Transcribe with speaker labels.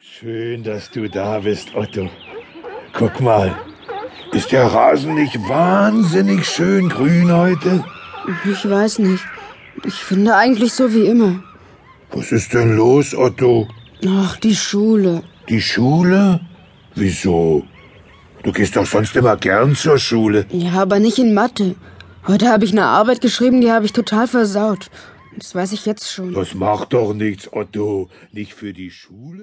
Speaker 1: Schön, dass du da bist, Otto. Guck mal, ist der Rasen nicht wahnsinnig schön grün heute?
Speaker 2: Ich weiß nicht. Ich finde eigentlich so wie immer.
Speaker 1: Was ist denn los, Otto?
Speaker 2: Ach, die Schule.
Speaker 1: Die Schule? Wieso? Du gehst doch sonst immer gern zur Schule.
Speaker 2: Ja, aber nicht in Mathe. Heute habe ich eine Arbeit geschrieben, die habe ich total versaut. Das weiß ich jetzt schon.
Speaker 1: Das macht doch nichts, Otto. Nicht für die Schule.